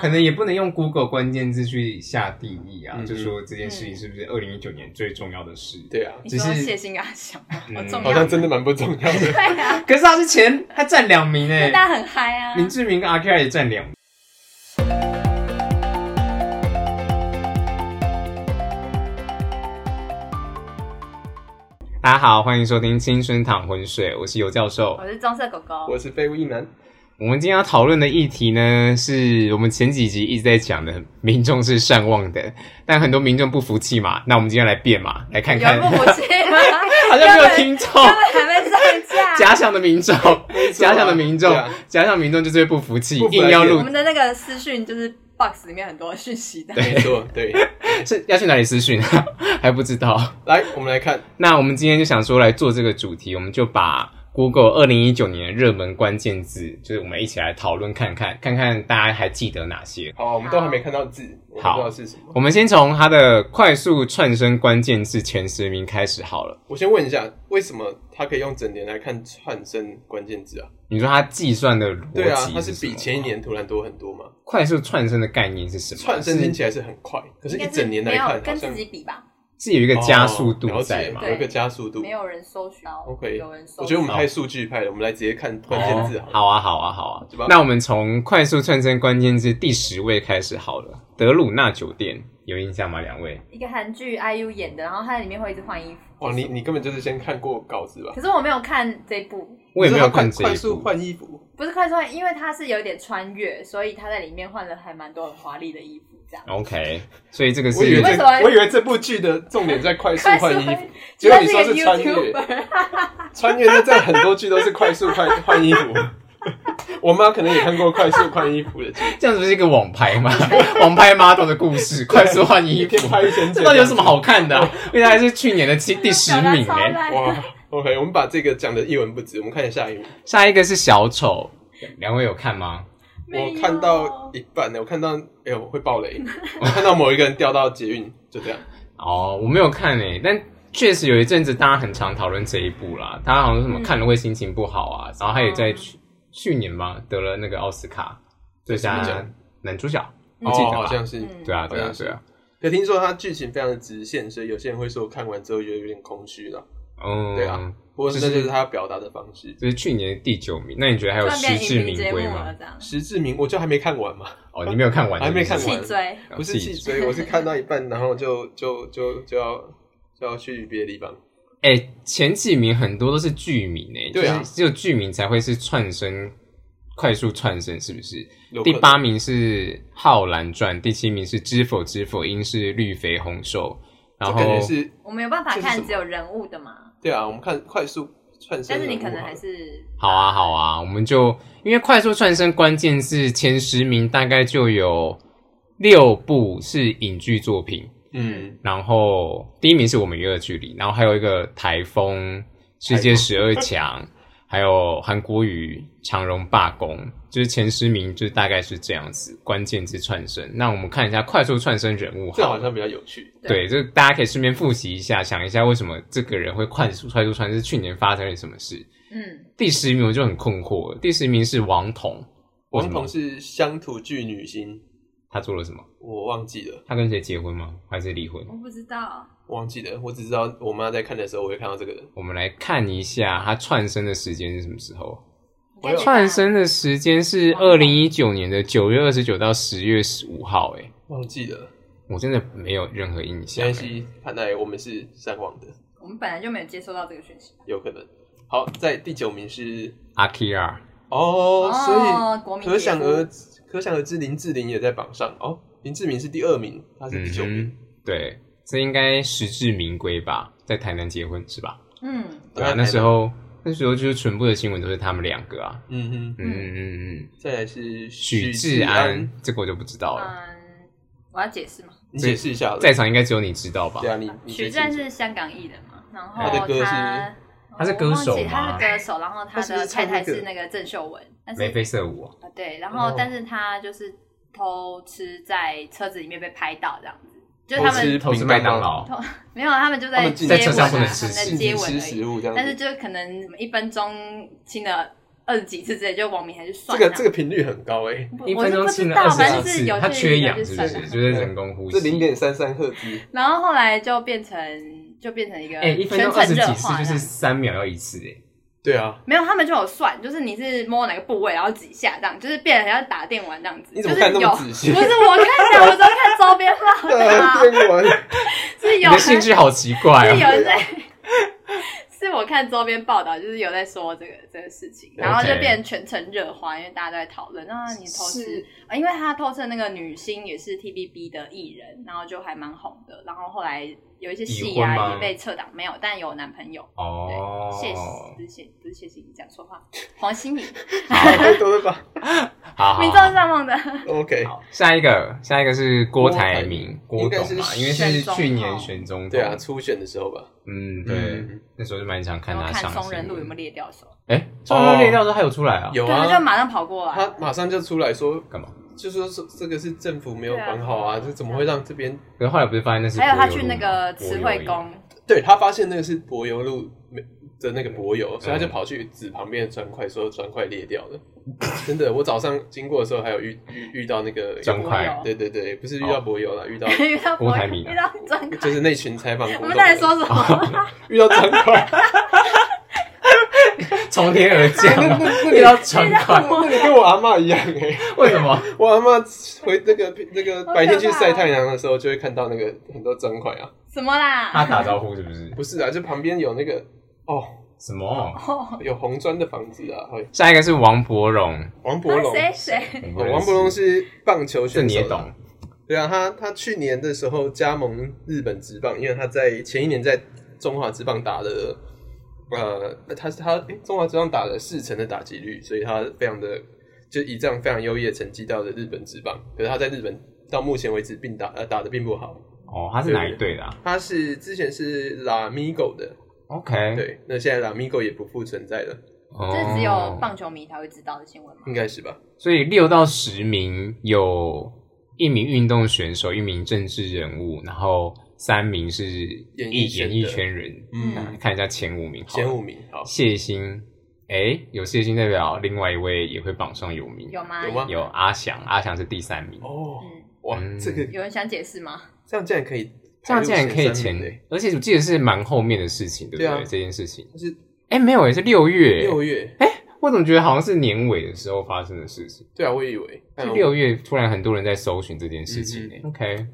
可能也不能用 Google 关键字去下定义啊，嗯就说这件事情是不是二零一九年最重要的事？对啊，你只说是谢欣跟阿翔吗，好嗯重好要像。真的蛮不重要 的。对啊，可是他是前，他占两名哎、那大家很嗨啊！林志明跟阿 K 也占两名。大家好，欢迎收听《青春淌浑水》，我是尤教授我。是棕色狗狗，我是废物一男，我们今天要讨论的议题呢，是我们前几集一直在讲的，民众是善忘的，但很多民众不服气嘛。那我们今天来变嘛，来看有看人，不服气吗？ 好像没有听众。哦他们还没上架。假想的 民众，假想的民众啊对啊，假想民众就是会不服气，不服来啊硬要辩我录们的那个私讯就是 box 里面很多讯息的，没错，对。是要去哪里私讯？啊 还不知道。来，我们来看，那我们今天就想说来做这个主题，我们就把 Google 二零一九年的热门关键字，就是我们一起来讨论看看，看看大家还记得哪些。好，我们都还没看到字，我们不好知道是什么。我们先从它的快速串升关键字前十名开始好了。我先问一下，为什么它可以用整年来看串升关键字啊？你说它计算的逻辑对啊，它是是什么比哦前一年突然多很多嘛？快速串升的概念是什么？串升是听起来是很快，可是应一该整年来没看，有好跟自像己比吧，是有一个加速度哦了解在嘛？对有一个加速度没。有人搜寻到 OK，有人搜寻。我觉得我们太数据派了，我们来直接看关键字好了。好啊，好啊，好啊是吧。那我们从快速串升关键字第十位开始好了。德鲁纳酒店有印象吗？两位？一个韩剧 IU 演的，然后它在里面会一直换衣服。哇，你你根本就是先看过稿子吧？可是我没有看这部，我也没有看可是这它快一快速部。换衣服，不是快穿，因为它是有点穿越，所以他在里面换了还蛮多很华丽的衣服， 这样。 OK，所以这个我以为是为什么这我以为这部剧的重点在快速换衣快服速换，结果你说是居穿然越一个，YouTuber， 穿越在这很多剧都是快速换换衣服。我妈可能也看过快速换衣服的剧，这样子不是一个网拍吗？ 网拍 model 的故事，快速换一衣服天，拍一千 这件。到底有什么好看的、啊？因为它还是去年的七第十名表达超 哎、烂欸哇？OK，我们把这个讲的一文不值，我们看一下下一名。下一个是小丑，两位有看吗？没有我看到一半呢，我看到哎呦会爆雷，我看到某一个人掉到捷运，就这样。哦，我没有看诶、但确实有一阵子大家很常讨论这一部啦。大家好像什么嗯看了会心情不好啊，然后他也在哦嗯去去年吧得了那个奥斯卡最什么佳奖男主角，我哦记得，吧？好像是。嗯对啊，对好啊像，是对啊，可听说它剧情非常的直线，所以有些人会说看完之后觉得有点空虚了。嗯，对啊，不过那就是他表达的方式。这是去年的第九名。那你觉得还有突然实变至影评名节目归吗了，？这样实至名，我就还没看完嘛，哦，你没有看完，还没看完气追。完不是气追，我是看到一 半，然后就就就就要就要去别的地方。哎、前几名很多都是剧名哎、对啊就是只有剧名才会是串升，快速串升是不是？有可第能八名是《浩然传》，第七名是《知否知否应是绿肥红瘦》，然就后感觉是，我没有办法这是什看么只有人物的嘛，对啊，我们看快速串升人物好了，但是嗯你可能还是好啊好啊，我们就因为快速串升关键字前十名大概就有六部是影剧作品，嗯，然后第一名是我们娱乐距离，然后还有一个台风、世界十二强，还有韩国瑜、长荣罢工，就是前十名，就是大概是这样子关键字串升。那我们看一下快速串升人物这好好了，像比较有趣。对，就大家可以顺便复习一下，想一下为什么这个人会快速快速串升，是去年发生了什么事。嗯，第十名我就很困惑了，第十名是王彤，为什王么彤是乡土剧女星，他做了什么？我忘记了，他跟谁结婚吗？还是离婚？我不知道，我忘记了，我只知道我妈在看的时候，我会看到这个人。我们来看一下他串升的时间是什么时候。我有你可以串升的时间是二零一九年的九月二十九到十月十五号、欸，忘记了，我真的没有任何印没象、欸关系，看来我们是善忘的，看我们本来就没有接收到这个讯息。有可能。好，在第九名是，Akira，哦，所以国民可想而知，知，可想而知，林志玲也在榜上哦。林志明是第二名，他是第嗯九名，哼，对，这应该实至名归吧，在台南结婚是吧？嗯，对对啊啊，那时候那时候就是全部的新闻都是他们两个啊，嗯哼，嗯嗯嗯嗯，再来是许志志安，这个我就不知道了，嗯，我要解释嘛，你解释一嗯下好了在场应该只有你知道吧对？啊，你你解许释志一下是香港艺人嘛，然后他的歌是他他是歌手吗我忘记他是歌手，然后他他是不的是太唱那太个是那个郑秀文，但是眉飞色舞啊、啊对，然哦后但是他就是偷吃在车子里面被拍到这样子，就是偷他吃们偷吃麦当劳，没有，他们就他在们进接吻啊在车上不能吃他们在禁接止吻吃而已。食物这样子，但是就是可能一分钟亲了二十几次之类，就网民还是这算个啊这个频率很高哎、一我分是钟不清知了道，二十几反正就是次，有它些缺人氧就是不算是？了就是人工呼这吸。零点三三赫兹，然后后来就变成就变成一个哎、一分全钟二程十热几次化就这是样。三秒要一次 哎、对啊，没有，他们就有算，就是你是摸哪个部位，然后几下这样，就是变成要打电玩这样子，你就怎么是看那有么，仔细 不？是我看的，我只有看周边报 啊，道，电玩是你有的兴趣好奇怪是有哦、人在，是我看周边报道，就是有在说这个这个事情，然后就 OK 变成全程热话，因为大家都在讨论啊，你偷吃是啊，因为他偷吃的那个女星也是 TVB 的艺人，然后就还蛮红的，然后后来有一些戏已婚啊吗也被撤档，没有，但有男朋友。哦， 谢不是谢不是谢欣怡讲错话，黄心怡，太多了 吧好好民众好，上梦的， ？OK，下一个下一个是郭台铭，郭郭台董铭嘛，应因该为是是选总去年统选总统，对啊，初选的时候吧，嗯，对，嗯那时候就蛮常看然他后上看新闻松仁路有没有裂掉手，哎，松仁路那时候还有出来啊？哦有对，他就啊，马上跑过来他了，马上就出来说，干嘛？就说这这个是政府没有管好啊，对啊这怎么会让这边？可是后来不是发现那是还有他柏油去路那个吗词汇，宫，对他发现那个是柏油路没的那个柏嗯油，所以他就跑去指旁边的砖块，说砖块裂掉了。 真的，我早上经过的时候还有遇遇遇到那个砖块哦柏油对对对，不是遇到柏油了，遇到 遇到郭台铭啊遇到真就凯，是那群采访我股们东到底的，说什么？遇到砖块，柏油路 从天而降吗 那遇到船 那块，个跟我阿妈一样哎。为什么？我阿妈回那个那个哦白天去晒太阳的时候，就会看到那个很多砖块啊。什么啦？他打招呼是不是？不是啊，就旁边有那个哦，什么？哦，有红砖的房子啊。还有下一个是王伯荣，王伯龙，啊谁谁？我不哦认识王伯龙是棒球这选你手，也懂？对啊，他他去年的时候加盟日本职棒，因为他在前一年在中华职棒打的，呃，他他诶中华职棒打了四成的打击率，所以他非常的就以这样非常优异的成绩到了日本职棒，可是他在日本到目前为止并打呃打的并不好，哦，他是哪一队的啊他是之前是 La Migo 的， ？OK，对，那现在 La Migo 也不复存在了，哦这只有棒球迷才会知道的新闻吗？应该是吧？所以六到十名有一名运动选手，一名政治人物，然后三名是演艺艺圈演的艺圈人。嗯看一下前五名好了，前五名，好，谢欣，哎、有谢欣代表，另外一位也会榜上有名，有吗？哦有啊吗有阿翔，阿翔是第三名，哦，嗯，哇，嗯这个有人想解释吗？这样竟然可以这样竟然可以前排入前三名嘞，而且我记得是蛮后面的事情，对不对？对啊这件事情是哎、没有、也是六月、六月。我怎么觉得好像是年尾的时候发生的事情？对啊，我也以为。是但我嗯六月突然很多人在搜寻这件事情、哎 OK，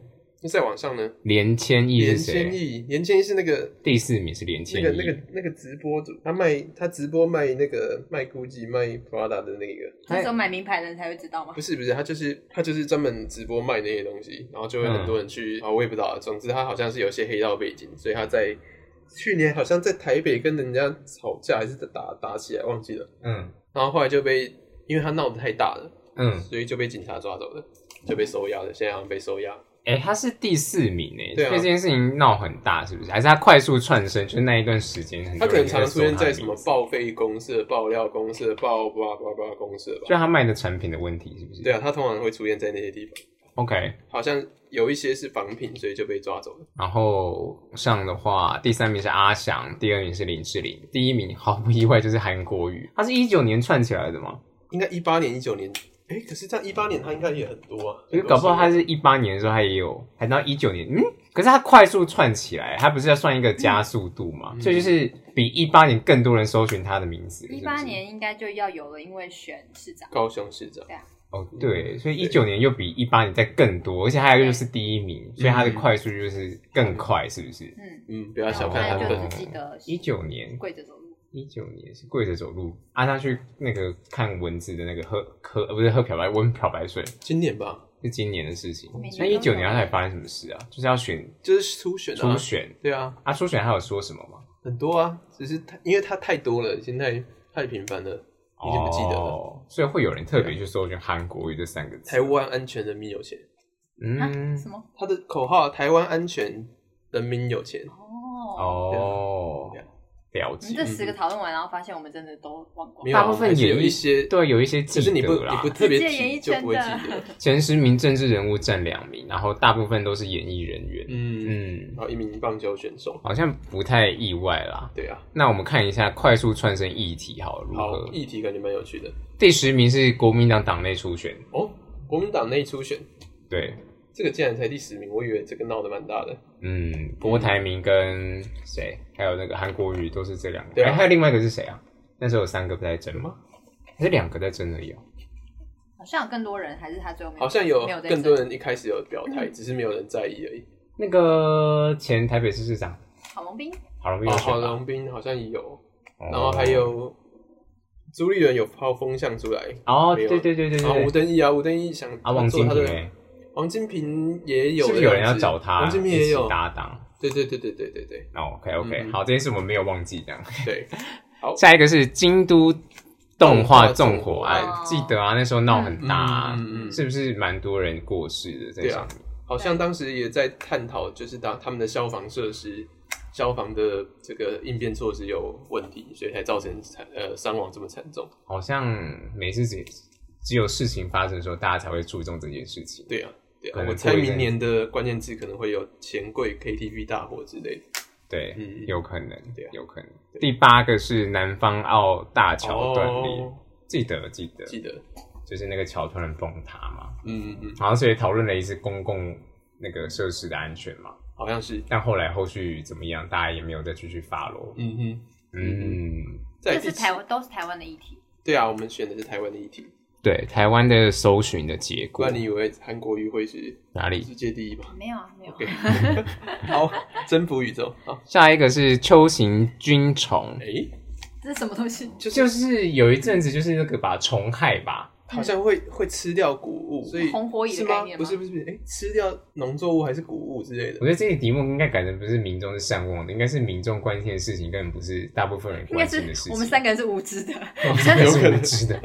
那再往上呢？连千亿连是千谁？亿，连千亿是那个第四名是连千那亿、个那个那个直播主，他卖他直播卖那个卖 GUCCI 卖 Prada 的那个，这时候买名牌的人才会知道吗不？是不是，他就是他就是专门直播卖那些东西，然后就会很多人去嗯啊、我也不知道，总之他好像是有些黑道背景，所以他在去年好像在台北跟人家吵架还是打打起来，忘记了，嗯然后后来就被因为他闹得太大了，嗯，所以就被警察抓走了，就被收押了，现在好像被收押。哎、他是第四名哎、对啊所以这件事情闹很大，是不是？还是他快速窜升？就是那一段时间，很他多可能人常在常搜出现他的在什么名字报废公社、爆料公社、爆叭叭叭公社吧。就他卖的产品的问题，是不是？对啊，他通常会出现在那些地方。 OK，好像有一些是仿品，所以就被抓走了。然后上的话，第三名是阿翔，第二名是林志玲，第一名毫不意外就是韩国瑜。他是一九年串起来的嘛，应该一八年、一九年，哎、可是这样一八年他应该也很多啊。因为搞不好他是一八年的时候，他也有，还到一九年，嗯，可是他快速串起来，他不是要算一个加速度嘛，嗯所以就是比一八年更多人搜寻他的名字。一八是不是年应该就要有了，因为选市长。高雄市长，哦，对，所以一九年又比一八年再更多，而且还有就是第一名，所以他的快速就是更快，是不是？嗯，嗯，不要那小我看他现在们笨。就只记得一九年，跪着走路。一九年是跪着走路，啊，他去那个看蚊子的那个喝喝，呃不是喝漂白温漂白水，今年吧，是今年的事情每。年那都有一九年他才发生什么事啊？就是要选就是初选啊初。选对啊，啊，初选他有说什么吗？很多啊，只是他因为他太多了，现在太频繁了，已经不记得了。哦，所以会有人特别去搜寻韩国语这三个台字。湾安全，人民有钱。啊嗯，什么？他的口号：台湾安全，人民有钱。哦，哦对，了我们解这。十个讨论完，然后发现我们真的都忘光没有了。啊大部分还是演有艺一些，对，有一些只记是你不得你啦不。 特别世界演艺记就不会记圈的得。前十名政治人物占两名，然后大部分都是演艺人员。 嗯，嗯，然后一名棒球选手，好像不太意外啦。对啊，那我们看一下快速串升议题好了如好何？议题感觉蛮有趣的第十名是国民党党内初选，哦。国民党内初选，对，这个竟然才第十名，我以为这个闹得蛮大的。嗯，郭台铭跟谁，还有那个韩国瑜都是这两个，对啊哎还有另外一个是谁啊？那时候有三个不在争吗？还是两个在争而已哦。好像有更多人，还是他最后没有好像有没有在嗯更多人一开始有表态，只是没有人在意而已。那个前台北市市长郝龙斌，郝龙斌哦，有选郝吧龙斌好像也有，哦然后还有朱立伦有抛风向出来，哦，没对有对对对对然后吴对，登义啊，吴登义想啊，王金做他平的哎，王金平也有，是不是有人要找他王金平一也起有，搭档？对对对对对 对对哦，OK OK，、嗯嗯好，这件事我们没有忘记这样。对，下一个是京都动画纵火案，动画纵火案记得啊，那时候闹很大、啊，嗯嗯嗯嗯啊是不是蛮多人过世的在上面？好像当时也在探讨，就是当他们的消防设施、消防的这个应变措施有问题，所以才造成惨呃伤亡这么惨重。好像每次只只有事情发生的时候，大家才会注重这件事情。对啊，对可啊，能我猜过一阵明年的关键字可能会有钱柜 KTV 大火之类的。对，嗯有可能对啊，有可能。对第八个是南方澳大桥断裂，哦记得记得，记得，就是那个桥突然崩塌嘛，嗯嗯嗯，然后所以讨论了一次公共那个设施的安全嘛，好像是，但后来后续怎么样，大家也没有再继续发咯。嗯嗯，嗯在这第是七台湾，都是台湾的议题。对啊，我们选的是台湾的议题，对台湾的搜寻的结不果然你以为韩国瑜会是哪里？世界第一吗？没有啊，没有啊。 OK 好，征服宇宙好，下一个是秋行菌虫，哎、这是什么东 西？就是有一阵子就是那个吧虫害吧，好像会会吃掉谷物，所以嗯红火蚁的是吗概念吗不是不是不是，哎、吃掉农作物还是谷物之类我觉的？得这个题目应该改成不是民众是善忘的，应该是民众关心的事情，根本不是大部分人应该关心是的事情。我们三个人是无知的，三个 是无知的，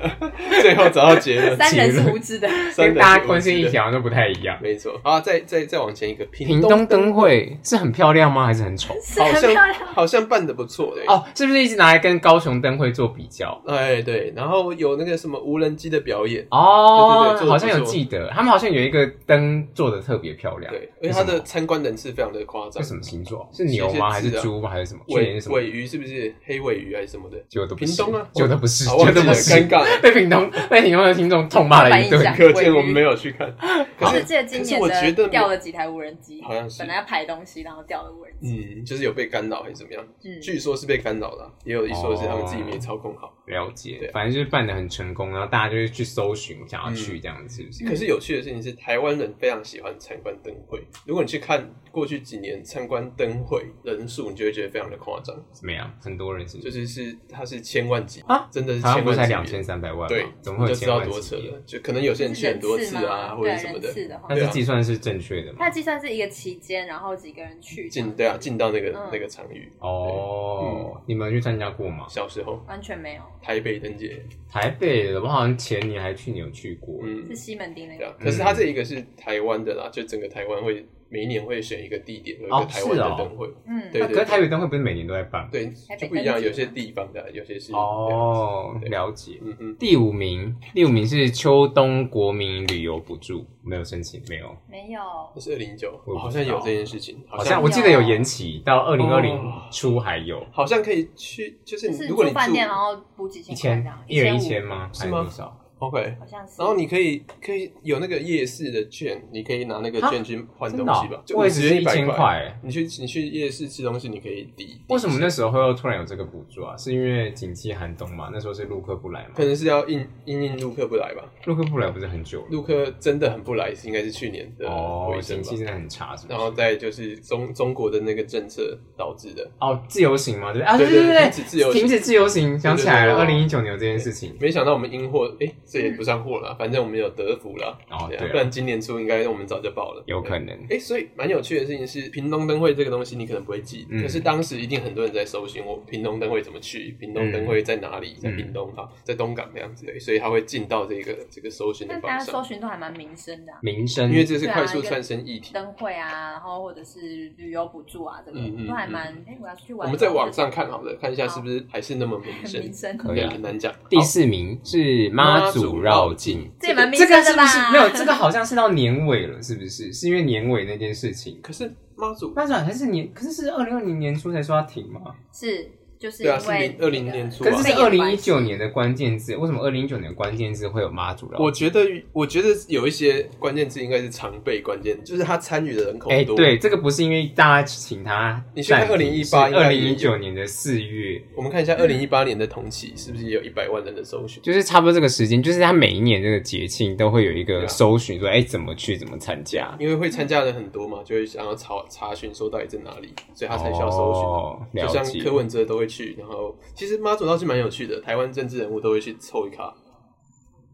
最后找到结论，三人是无知的。 因为三人大是家关心无一知的，条都不太一样。没错。好，再再再往前一个，屏东灯会是很漂亮吗？还是很丑？是啊好很漂像亮，好像办的不错的、哦，是不是一直拿来跟高雄灯会做比较？哎，对，然后有那个什么无人机的表演，哦，对对对做得好像有不错记得，他们好像有一个灯做的特别漂亮。对，而且是它什么的参观人次非常的夸张是。什么星座？是牛吗？还是是一些字啊猪吗？还是什么？去年尾是什么尾？鱼是不是黑尾鱼还是什么的？结果都不是，屏东啊结果都不是，好结果忘记都不了，是，尴尬 了。被屏东被屏东的听众痛骂了一刻板顿印象。可见我们没有去看，我可只是记得今年可是我觉得的没掉了几台无人机，好像是本来要排东西，然后掉了无人机。嗯，就是有被干扰还是怎么样？嗯，据说是被干扰了，也有一说是他们自己没操控好。了解对，反正就是办的很成功，然后大家就会去搜寻，想要嗯去这样子，是不是？可是有趣的事情是，台湾人非常喜欢参观灯会。如果你去看过去几年参观灯会人数，你就会觉得非常的夸张，怎么样？很多人是不就是是是它是千万级啊真的是台湾千不万是级才别两千三百万吗？对，怎么会有你就知千道万多扯级别？了，啊就可能有些人去很多次是人次啊，吗或者什么对的，人次的话但是计算是正确的吗？它计算是一个期间，然后几个人去，进对啊，进到那个、嗯那个场域。哦，你们有去参加过吗？小时候完全没有，台北灯节，台北的，我好像前年还去年有去过。嗯，是西门町那对个啊。可是它这一个是台湾的啦，就整个台湾会每一年会选一个地点，有一哦个台湾是哦的灯会，嗯，那对可是台北灯会不是每年都在办？对台，北就不一样。灯节有些地方的，有些是，哦，对了解。嗯嗯，第五名，第五名是秋冬国民旅游补助，没有申请，没有，没有。那是二零一九，我也好不知道像有这件事情，好好像像我记得有延期到二零二零哦初还有好像可以去，就是就是如果住你饭住店，然后补几一千块千这样，，一人一五千吗？还是是吗多少？ ，OK，好像是。然后你可以可以有那个夜市的券，你可以拿那个啊券去换东真的哦西吧，就我也只是50一100千块欸。你去你去夜市吃东西，你可以抵。抵为什么那时候突然有这个补助啊？是因为景气寒冬嘛？那时候是陆客不来嘛可？能是要应应应陆客不来吧？陆客不来不是很久了？陆客真的很不来，是应该是去年的哦，回景升吧气。真的很差，是不然后是？再就是中中国的那个政策导致的，哦，自由行嘛，对不对啊，对对对对停止自由对，行停止自由行，想起来了，二对对零对一九年有这件事情。没想到我们因祸哎，这嗯也不算祸了，反正我们有德福了，哦对啊对啊不然今年初应该我们早就爆了，有可能。能。哎，所以蛮有趣的事情是，屏东灯会这个东西你可能不会记，嗯可是当时一定很多人在搜寻我屏东灯会怎么去，屏东嗯灯会在哪里，在屏东啊，在东港那样子的，所以它会进到这个这个搜寻的啊但榜大家搜上，寻都还蛮民生的啊、民生因为这是对啊快速一个窜升议题。灯会啊，然后或者是旅游补助啊，这个、嗯嗯都还蛮。哎、我要出去玩。我们在网上看好了，看一下是不是还是那么民很生民。生，以对啊，很难讲。第好四名是妈祖绕境，这也蛮民这生个是的不吧？是没有？这个好像是到年尾了，是不是？是因为年尾那件事情。可是妈祖，妈祖好像是年，可是是二零二零年初才说要停吗？是就是对因啊，是为零二零年初可啊是。被是延二缓零一九年的关键字，为什么二零一九年的关键字会有妈祖绕我境？觉得，我觉得有一些关键字应该是常备关键，就是他参与的人口哎、多。对，这个不是因为大家请他你去看2018二零一九年的四月，我们看一下二零一八年的同期是不是也有一百万人的搜寻？就是差不多这个时间，就是他每一年这个节庆都会有一对啊个搜寻，说哎、怎么去，怎么参加，因为会参加的人很多嘛，就会想要查查询说到底在哪里，所以他才需要搜寻。哦，就了像解。柯文哲都会去，然后其实妈祖倒是蛮有趣的，台湾政治人物都会去凑一卡，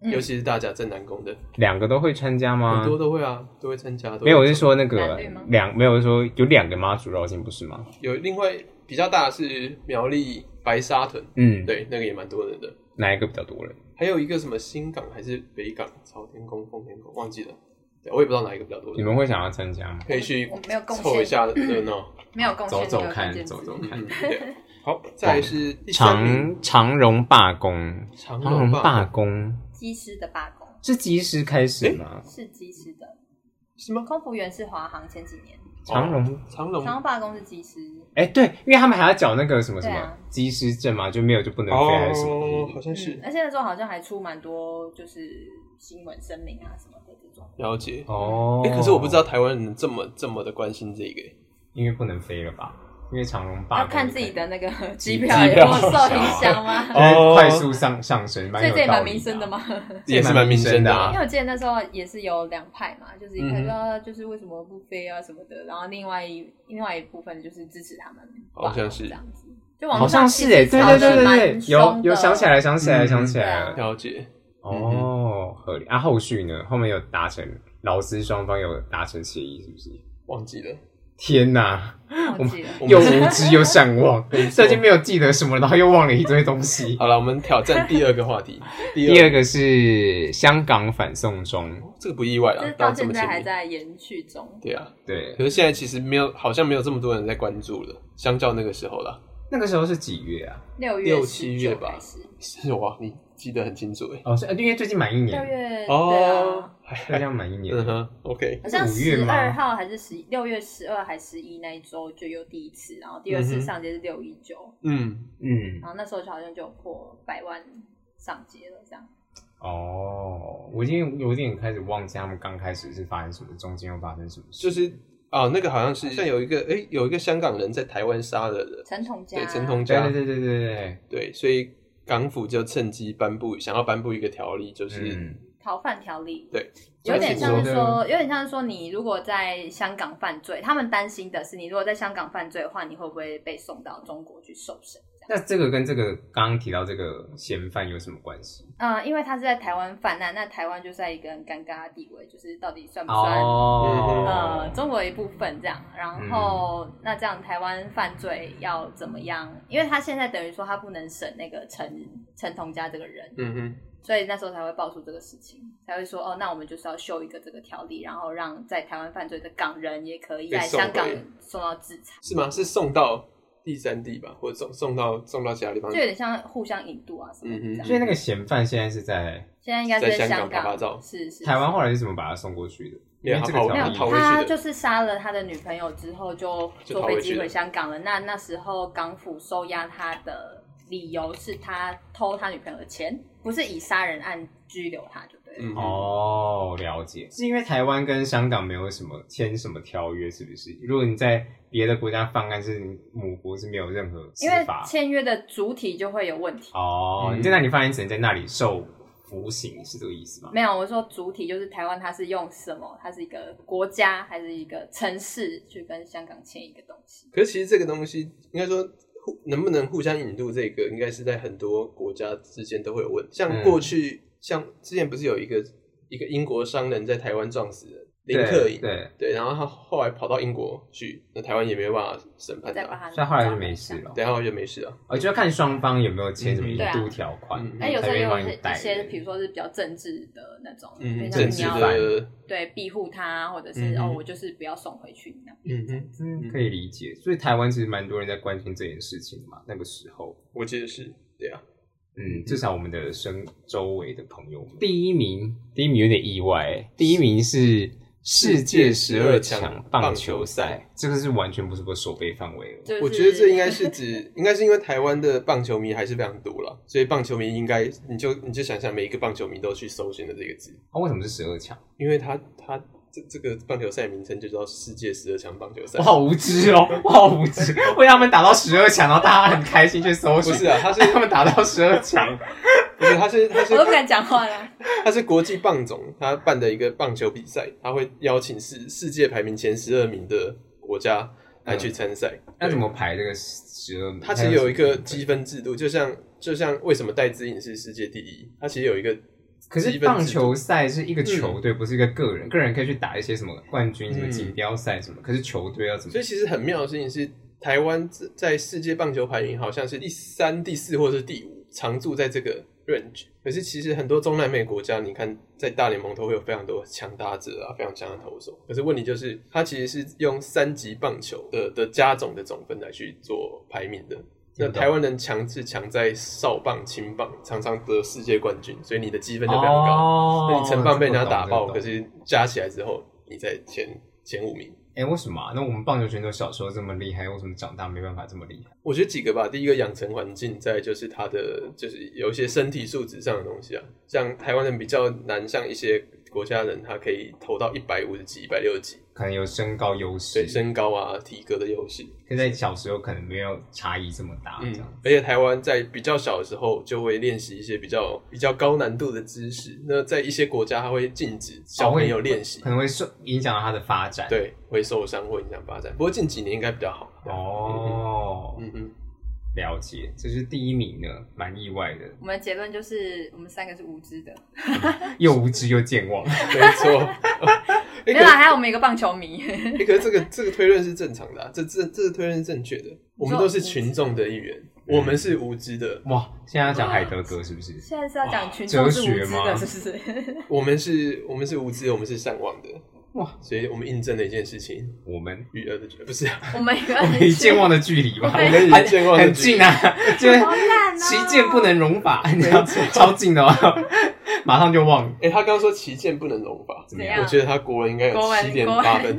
嗯尤其是大甲镇南宫的，两个都会参加吗很？多都会啊，都会参加。都嗯会没有，我是说那男个女吗两没有我是说有两个妈祖绕境不是吗？有另外比较大的是苗栗白沙屯，嗯，对，那个也蛮多人的。哪一个比较多人？还有一个什么新港还是北港朝天宫、奉天宫，忘记了，对我也不知道哪一个比较多你人，们会想要参加吗？可以 去我没有贡凑一献，下热闹。没有贡献走走这个看关键字走走嗯看嗯，对。好，再来是第三名长长荣罢工，长长隆荣坝罢工机师的罢工是几时开始吗？是机师的，是吗？嗯空服员是华航前几年，长荣长隆然后罢工是机师，哎、对，因为他们还要缴那个什么什对么啊机师证嘛，就没有就不能飞还是什哦，么好？像是嗯，而且那时候好像还出蛮多就是新闻声明啊什么的这种。了解。哦哎，可是我不知道，台湾人这么这么的关心这个，因为不能飞了吧？因为长荣罢要工看自己的那个机机票有没票有受少影响吗？就是哦快速上上升，蛮所以有这也道蛮理啊民生的吗？也是蛮民生的啊因为我记得那时候也是有两派嘛，就是一派嗯哼说啊就是为什么不飞啊什么的，然后另外一另外一部分就是支持他们罢工，好像是这样子。就网好络像上是哎、欸对对对对对，有有想起来， 来，想起来，嗯想起来了。了解。哦，合理。啊，后续呢？后面有达成，劳资双方有达成协议，是不是？忘记了，天哪，忘记了。嗯我又们无知又善 忘，最近没有记得什么，然后又忘了一堆东西。好了，我们挑战第二个话 题。 第第二二个是香港反送中，这个不意外就是啊，到这现么前在还面。在延续中，对啊，对可，是现在其实没有，好像没有这么多人在关注了，相较那个时候啦。那个时候是几月啊？六月、六七月吧开始，是 哇，你记得很清楚哎。哦，是呃因为最近满一六年，月对哦啊，，大家满一年，嗯哼，OK，好像是五月十吗二号还是十六月十二还十一那一周就有第一次，然后第二嗯次哼上街是六一九，嗯，嗯，然后那时候就好像就有破百万上街了，这样。哦，我已经有点开始忘记他们刚开始是发生什么，中间又发生什么事，就是啊，那个好像是像有一个哎，有一个香港人在台湾杀了人，陈同佳，对，陈同对啊佳对，对对对对，对，所以港府就趁机颁布，想要颁布一个条例，就是、嗯，逃犯条例，对，有点像是中国啊说，的有点像是说，你如果在香港犯罪，他们担心的是，你如果在香港犯罪的话，你会不会被送到中国去受审？这样，那这个跟这个刚刚提到这个嫌犯有什么关系？嗯，因为他是在台湾犯案，那台湾就在一个很尴尬的地位，就是到底算不算、呃哦，中国一部分这样，然后、那这样台湾犯罪要怎么样？因为他现在等于说他不能审那个陈陈同佳这个人，嗯哼，所以那时候才会爆出这个事情，才会说哦，那我们就是要修一个这个条例，然后让在台湾犯罪的港人也可以在被送回香港受到制裁，是吗？是送到第三地吧，或者送送到送到其他地方就？有点像互相引渡啊什么的嗯这哼样。所以那个嫌犯现在是在现在应该是在香港香拍拍照是是是台湾，后来是怎么把他送过去的？没有因为这个没条有例逃回去的他就是杀了他的女朋友之后就就逃坐回去飞机了回香港了。那那时候港府收押他的理由是他偷他女朋友的钱，不是以杀人案拘留他就对了。嗯哼，哦，了解，是因为台湾跟香港没有什么签什么条约，是不是？如果你在别的国家犯案，是你母国是没有任何司因为法。签约的主体就会有问题，哦，嗯你在那里犯案，只能在那里受服刑，是这个意思吗？没有，我说主体就是台湾，它是用什么？它是一个国家还是一个城市去跟香港签一个东西？可是其实这个东西应该说互能不能互相引渡，这个应该是在很多国家之间都会有问题。像嗯过去像之前不是有一个一个英国商人在台湾撞死人林对克颖，对，对，然后他后来跑到英国去，那台湾也没办法审判再把他，它。所以后来就没事。了。然后就没事啊。我就要看双方有没有签什么嗯引对啊渡条款嗯，那有时候才也愿意有帮你一带些，人。比如说是比较政治的那种，嗯，对政政治治像你要的，对庇护他，或者是嗯哦，我就是不要送回去那样。嗯哼，嗯，可以理解。所以台湾其实蛮多人在关心这件事情嘛，那个时候，我记得是对啊，嗯，至少我们的身周围的朋友们，第一名，第一名有点意外欸，第一名是世界十二强棒球赛，这个是完全不是我手背范围了。就是我觉得这应该是指，应该是因为台湾的棒球迷还是非常多了，所以棒球迷应该你就你就想想每一个棒球迷都去搜寻的这个字，啊，为什么是十二强？因为他他这这个棒球赛名称就叫世界十二强棒球赛我，好无知哦，我好无知，为他们打到十二强，然后大家很开心去搜不寻，是啊，他是他们打到十二 强，不是他是 他是 我都不敢讲话了。他是国际棒总他办的一个棒球比赛，他会邀请世世界排名前十二名的国家来去参赛，那对怎么排这个十二？它其实有一个积分制度，就像就像为什么戴资颖是世界第一，它其实有一个可是积分制度嗯棒球赛是一个球队，不是一个个人，个人可以去打一些什么冠军、什么锦标赛什么，可是球队要怎么嗯所？以其实很妙的事情是，台湾在在世界棒球排名好像是第三、第四或是第五，常驻在这个 range。可是其实很多中南美国家，你看在大联盟都会有非常多强打者啊，非常强的投手。可是问题就是，它其实是用三级棒球的的加总的总分来去做排名的。那真的台湾人强是强在少棒、轻棒，常常得世界冠军，所以你的积分就非常高。哦那你成棒被人家打爆，可是是加起来之后，你在前前五名。哎，为什么啊？那我们棒球选手小时候这么厉害，为什么长大没办法这么厉害？我觉得几个吧，第一个养成环境，再来就是他的就是有一些身体素质上的东西啊，像台湾人比较难，像一些国家人他可以投到一百五十几、一百六十几，可能有身高优对势，身高啊、体格的优势，可在小时候可能没有差异这么大，啊这嗯样。，而且台湾在比较小的时候就会练习一些比较比较高难度的知识，那在一些国家他会禁止小朋友练习可，哦能会受影响到他的发展。，对，会受伤会影响发展。不过近几年应该比较好。哦，嗯嗯，了解，这是第一名呢，蛮意外的，我们的结论就是，我们三个是无知的。又无知又健忘。没 错。哎可没有啊是啦，还有我们一个棒球迷。 欸、可是这个这个推论是正常的、啊，这这这个推论是正确的。我们都是无知群众的一员，我们是无知的，哇，现在要讲海德格是不是？现在是要讲群众是无知哇的，哲是不是？ 我们是我们是无知的，我们是善忘的。哇，所以我们印证了一件事情：我们与恶的距离不是、啊，我们一个我们一健忘的距离吧，哎我们一很健忘的距离很近啊，就是 好烂哦其见不能容法，你知道超近的哦， 马上就忘了。哎、他刚说旗舰不能容法，怎么怎样样？我觉得他国文应该国有文七点国文八分。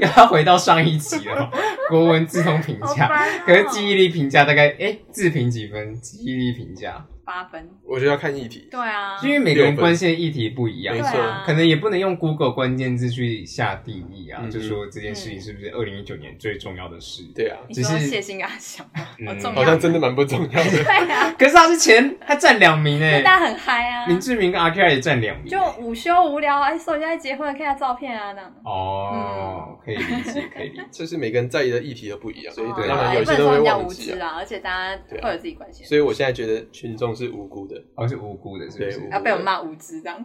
要回到上一集了哦，国文自动评好价，烦哦可是记忆力评价大概哎自评几分？记忆力评价，八分，我觉得要看议题，对啊，因为每个人六分关心的议题不一样没对，错啊，可能也不能用 Google 关键字去下定义啊，嗯就说这件事情是不是二零一九年最重要的事？对啊，你只说是谢欣雅想啊吗，嗯好重好要像吗。真的蛮不重要的。 对啊，可是他是前，他占两名哎、大家很嗨啊，林志明跟阿 K 也占两名欸，就午休无聊啊，说人家结婚了，看一下照片啊，那样。哦，可以理解，可以理解。就是每个人在意的议题都不一样，所以对啊当然哦也有不能些都说会人家忘无记知啊。啊，而且大家会有自己关系，所以我现在觉得群众是无辜的，哦，是无辜的，是不是对？要被我骂无知这样。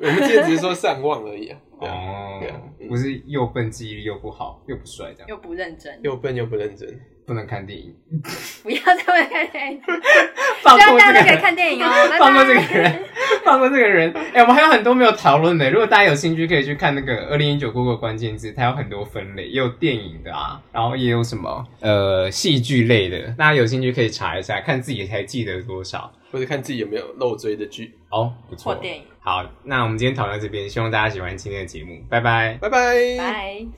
我们之前只是说善忘而已啊。对啊对啊哦，嗯不是又笨，记忆力又不好，又不帅，这样又不认真，又笨又不认真，不能看电影，不要再问看电影，希放望过大这个家都可以人，看电 影哦，拜放过这拜。个人， 放过这个人。哎，我们还有很多没有讨论的，如果大家有兴趣，可以去看那个二零一九 Google 关键字，它有很多分类，也有电影的啊，然后也有什么呃戏剧类的，大家有兴趣可以查一下，看自己还记得多少。或者看自己有没有漏追的剧。哦，不错或。电影，好，那我们今天讨论到这边，希望大家喜欢今天的节目，拜拜。拜拜。拜。